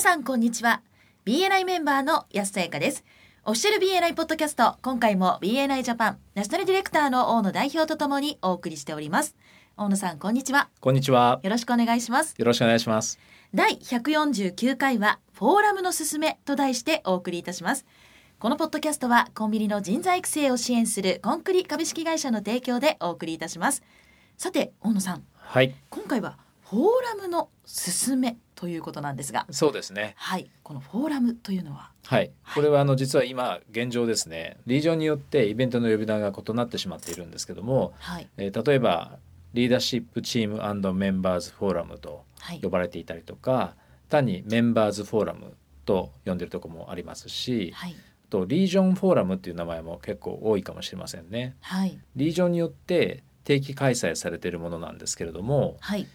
さんこんにちは BNI メンバーの安田彩香ですオフィシャル BNI ポッドキャスト今回も BNI ジャパンナショナルディレクターの大野代表とともにお送りしております大野さんこんにちはこんにちは。よろしくお願いしますよろしくお願いします。第149回はフォーラムのすすめと題してお送りいたしますこのポッドキャストはコンビニの人材育成を支援するコンクリ株式会社の提供でお送りいたしますさて大野さんはい、今回はフォーラムのすすめということなんですがそうですね。はいこのフォーラムというのははい、これはあの実は今現状ですね。リージョンによってイベントの呼び名が異なってしまっているんですけども、はいえー例えばリーダーシップチームメンバーズフォーラムとはい呼ばれていたりとか、単にメンバーズフォーラムと呼んでるとこもありますし、はいあとリージョンフォーラムっていう名前も結構多いかもしれませんね。はいリージョンによって定期開催されているものなんですけれども、はい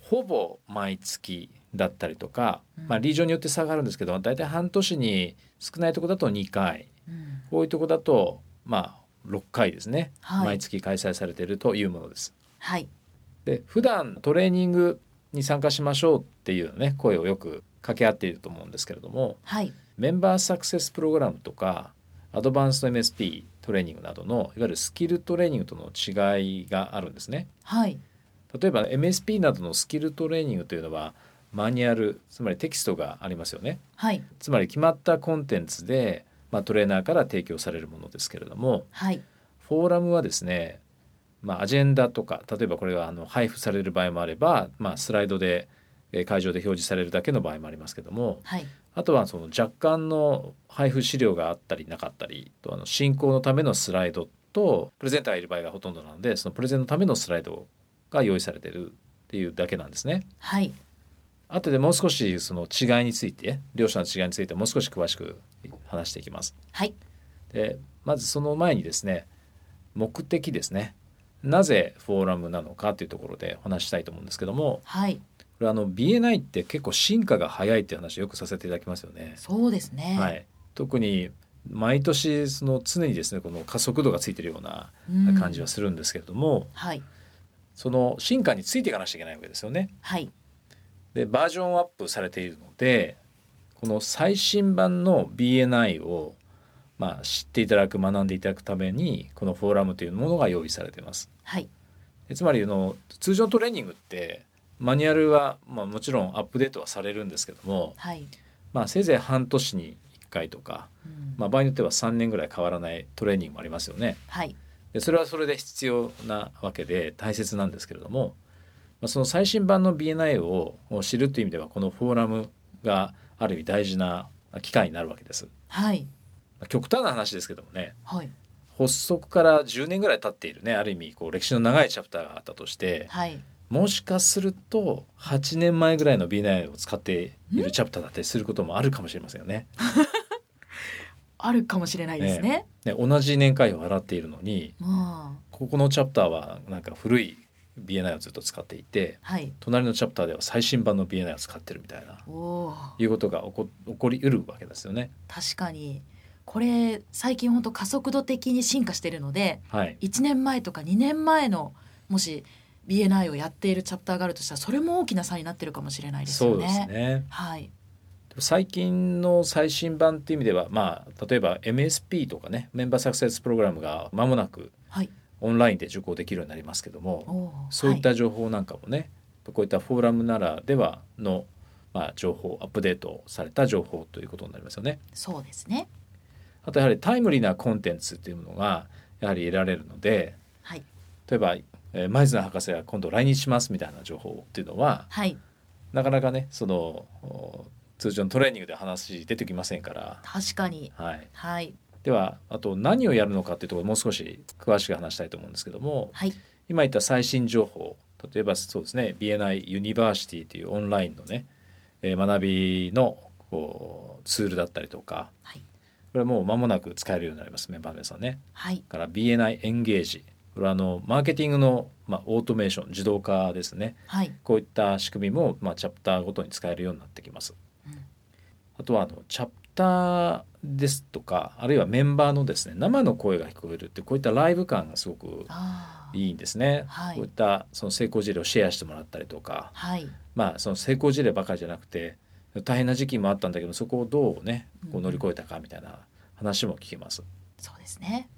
ほぼ毎月だったりとか、うんまあ、リージョンによって差があるんですけど大体半年に少ないとこだと2回うん多いとこだとまあ6回ですね、はい毎月開催されているというものです。はいで普段トレーニングに参加しましょうっていうね声をよく掛け合っていると思うんですけれどもはいメンバーサクセスプログラムとかアドバンスト MSP トレーニングなどのいわゆるスキルトレーニングとの違いがあるんですね。はい例えば MSP などのスキルトレーニングというのはマニュアルつまりテキストがありますよねはいつまり決まったコンテンツで、まあ、トレーナーから提供されるものですけれどもはいフォーラムはですね、まあ、アジェンダとか例えばこれがあの配布される場合もあれば、まあ、スライドでえー会場で表示されるだけの場合もありますけどもはいあとはその若干の配布資料があったりなかったりとあの進行のためのスライドとプレゼンターがいる場合がほとんどなのでそのプレゼンのためのスライドが用意されてるっていうだけなんですね。はいあとでもう少しその違いについて両者の違いについてもう少し詳しく話していきます。はいでまずその前にですね目的ですねなぜフォーラムなのかというところでお話ししたいと思うんですけどもはいこれあの BNI って結構進化が早いっていう話をよくさせていただきますよね。そうですねはい、特に毎年その常にですねこの加速度がついてるようなうん感じはするんですけれども、はいその進化についていかなくちゃいけないわけですよね。はいでバージョンアップされているのでこの最新版の BNI を、まあ、知っていただく学んでいただくためにこのフォーラムというものが用意されています。はいでつまりあの通常のトレーニングってマニュアルは、まあ、もちろんアップデートはされるんですけども、はいまあ、せいぜい半年に1回とかうんまあ、場合によっては3年ぐらい変わらないトレーニングもありますよね。はいでそれはそれで必要なわけで大切なんですけれども、まあ、その最新版の BNI を知るという意味ではこのフォーラムがある意味大事な機会になるわけです。はいまあ極端な話ですけどもねはい発足から10年ぐらい経っているねある意味こう歴史の長いチャプターがあったとしてはいもしかすると8年前ぐらいの BNI を使っているチャプターだったりすることもあるかもしれませんよね。あるかもしれないですねね同じ年会を払っているのにまあここのチャプターはなんか古い BNI をずっと使っていてはい隣のチャプターでは最新版の BNI を使ってるみたいなおおーいうことが起こ起こりうるわけですよね。確かにこれ最近本当加速度的に進化してるのではい、 1年前とか2年前のもし BNI をやっているチャプターがあるとしたらそれも大きな差になってるかもしれないですそようね。ですねはい最近の最新版っていう意味では、まあ、例えば MSP とかねメンバーサクセスプログラムが間もなくはいオンラインで受講できるようになりますけどもおーそういっはた情報なんかもね、こういったフォーラムならではの、まあ、情報アップデートされた情報ということになりますよね。そうですね。あとやはりタイムリーなコンテンツっていうものがやはり得られるのではい例えば、えー、前綱博士が今度来日しますみたいな情報っていうのははいなかなかねそのお通常のトレーニングで話出てきませんから、確かにはい、はいではあと何をやるのかっていうところもう少し詳しく話したいと思うんですけどもはい今言った最新情報例えばそうですね BNI ユニバーシティというオンラインのね、えー学びのこうツールだったりとかはいこれはもう間もなく使えるようになりますメンバーの皆さんね。はいから BNI エンゲージこれはあのマーケティングの、まあ、オートメーション自動化ですねはい、こういった仕組みも、まあ、チャプターごとに使えるようになってきますうんあとはあのチャプターですとかあるいはメンバーのですね生の声が聞こえるってこういったライブ感がすごくあーいいんですね、はいこういったその成功事例をシェアしてもらったりとかはいまあその成功事例ばかりじゃなくて大変な時期もあったんだけどそこをどうねこううん乗り越えたかみたいな話も聞けます。そうですね。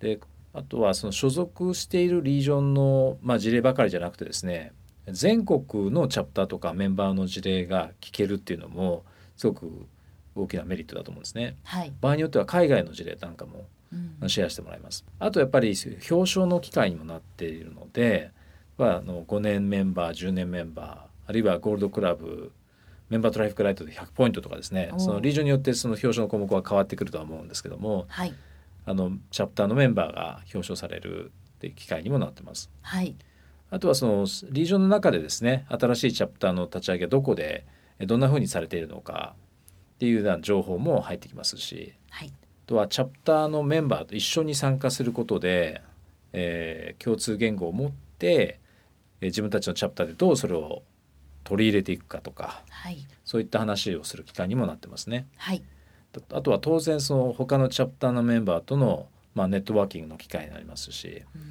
であとはその所属しているリージョンの、まあ、事例ばかりじゃなくてですね全国のチャプターとかメンバーの事例が聞けるっていうのもすごく大きなメリットだと思うんですね。はい。場合によっては海外の事例なんかもうんシェアしてもらいます。あとやっぱり表彰の機会にもなっているので、まあ、あの5年メンバー10年メンバーあるいはゴールドクラブメンバートライフクライトで100ポイントとかですねおーそのリージョンによってその表彰の項目は変わってくるとは思うんですけどもはい。あのチャプターのメンバーが表彰されるっていう機会にもなってます。はい。あとはそのリージョンの中でですね新しいチャプターの立ち上げはどこでえどんな風にされているのかっていうような情報も入ってきますしはい。あとはチャプターのメンバーと一緒に参加することで、えー共通言語を持って、えー自分たちのチャプターでどうそれを取り入れていくかとかはい。そういった話をする機会にもなってますね。はい。あとは当然その他のチャプターのメンバーとの、まあ、ネットワーキングの機会になりますし、うん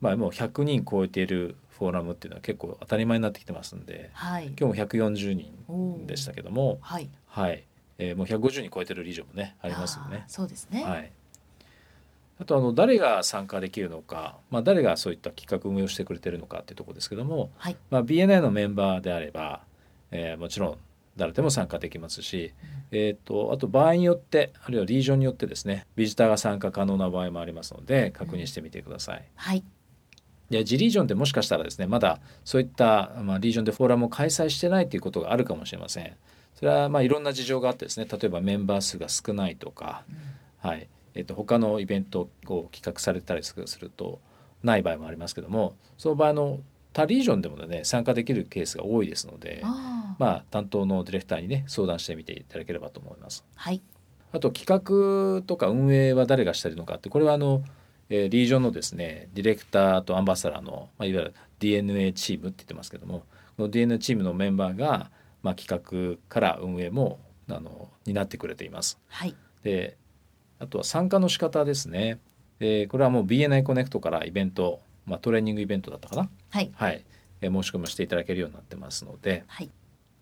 まあ、もう100人超えているフォーラムっていうのは結構当たり前になってきてますんではい。今日も140人でしたけども、はい。はいえーもう150人超えてるリージョンもねありますよねあー。そうですね。はい、あとあの誰が参加できるのか、まあ、誰がそういった企画運営をしてくれてるのかっていうところですけども、はい。まあ、BNI のメンバーであれば、えーもちろん誰でも参加できますし、えー、とあと場合によってあるいはリージョンによってですねビジターが参加可能な場合もありますので確認してみてください。はい。でジリージョンってもしかしたらですねまだそういった、まあ、リージョンでフォーラムを開催してないということがあるかもしれません。それはまあいろんな事情があってですね例えばメンバー数が少ないとか、うんはいえっと他のイベントを企画されたりするとない場合もありますけどもその場合の他リージョンでもね参加できるケースが多いですのでああ。まあ、担当のディレクターにね相談してみていただければと思います。はい。あと企画とか運営は誰がしているのかってこれはあの、えーリージョンのですねディレクターとアンバサダーの、まあ、いわゆる DNA チームって言ってますけどもこの DNA チームのメンバーが、まあ、企画から運営もあの担ってくれています。はい。であとは参加の仕方ですねでこれはもう BNI コネクトからイベント、まあ、トレーニングイベントだったかな、はい。はい、えー申し込みをしていただけるようになってますのではい。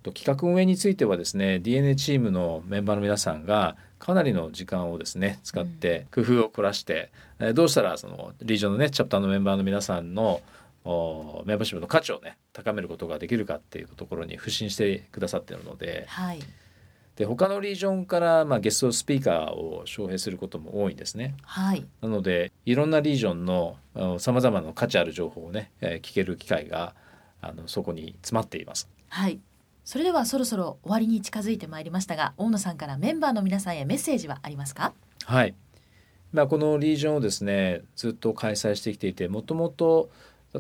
と企画運営についてはですね DNA チームのメンバーの皆さんがかなりの時間をですね使って工夫を凝らして、えーどうしたらそのリージョンのねチャプターのメンバーの皆さんのおメンバーシップの価値をね高めることができるかっていうところに不信してくださっているので、はい。で他のリージョンから、まあ、ゲストスピーカーを招聘することも多いんですね。はい。なのでいろんなリージョンのさまざまな価値ある情報をね、えー聞ける機会があのそこに詰まっています。はい。それではそろそろ終わりに近づいてまいりましたが、大野さんからメンバーの皆さんへメッセージはありますか？はいまあ、このリージョンをですねずっと開催してきていてもともと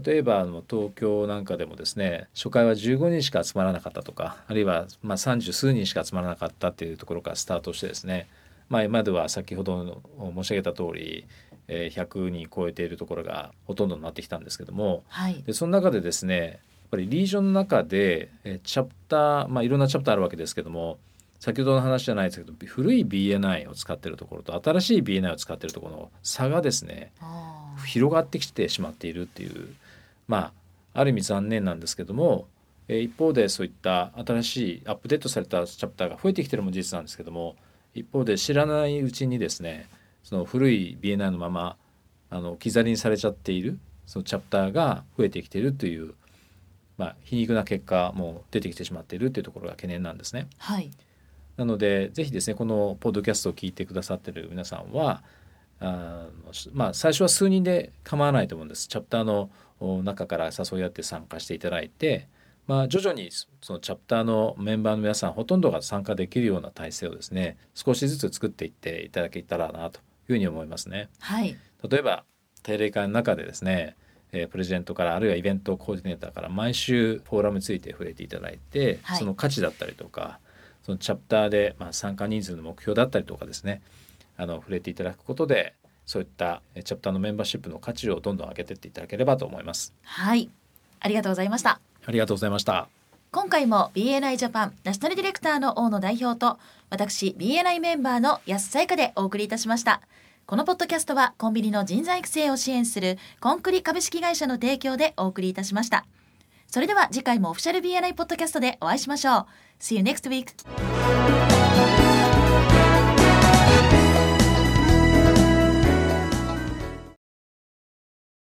例えばあの東京なんかでもですね初回は15人しか集まらなかったとかあるいはまあ30数人しか集まらなかったっていうところからスタートしてですね、まあ、今では先ほど申し上げた通りえー100人超えているところがほとんどになってきたんですけどもはい。でその中でですねやっぱりリージョンの中でえーチャプター、まあ、いろんなチャプターあるわけですけども先ほどの話じゃないですけど古い BNI を使っているところと新しい BNI を使っているところの差がですねあー広がってきてしまっているっていうまあある意味残念なんですけどもえー一方でそういった新しいアップデートされたチャプターが増えてきてるのも事実なんですけども一方で知らないうちにですねその古い BNI のままあの置き去りにされちゃっているそのチャプターが増えてきているという、まあ、皮肉な結果も出てきてしまっているというところが懸念なんですね。はい。なのでぜひですねこのポッドキャストを聞いてくださってる皆さんはあのしまあ、最初は数人で構わないと思うんですチャプターのお中から誘い合って参加していただいて、まあ、徐々にそそのチャプターのメンバーの皆さんほとんどが参加できるような体制をですね少しずつ作っていっていただけたらなというふうに思いますね。はい。例えば定例会の中でですね、えープレゼントからあるいはイベントコーディネーターから毎週フォーラムについて触れていただいて、はいその価値だったりとかそのチャプターで、まあ、参加人数の目標だったりとかですねあの触れていただくことでそういったえーチャプターのメンバーシップの価値をどんどん上げていっていただければと思います。はい。ありがとうございました。ありがとうございました。今回も BNI ジャパンナショナルディレクターの大野代表と私 BNI メンバーの安さやかでお送りいたしましたこのポッドキャストはコンビニの人材育成を支援するコンクリ株式会社の提供でお送りいたしましたそれでは次回もオフィシャル BNI ポッドキャストでお会いしましょう See you next week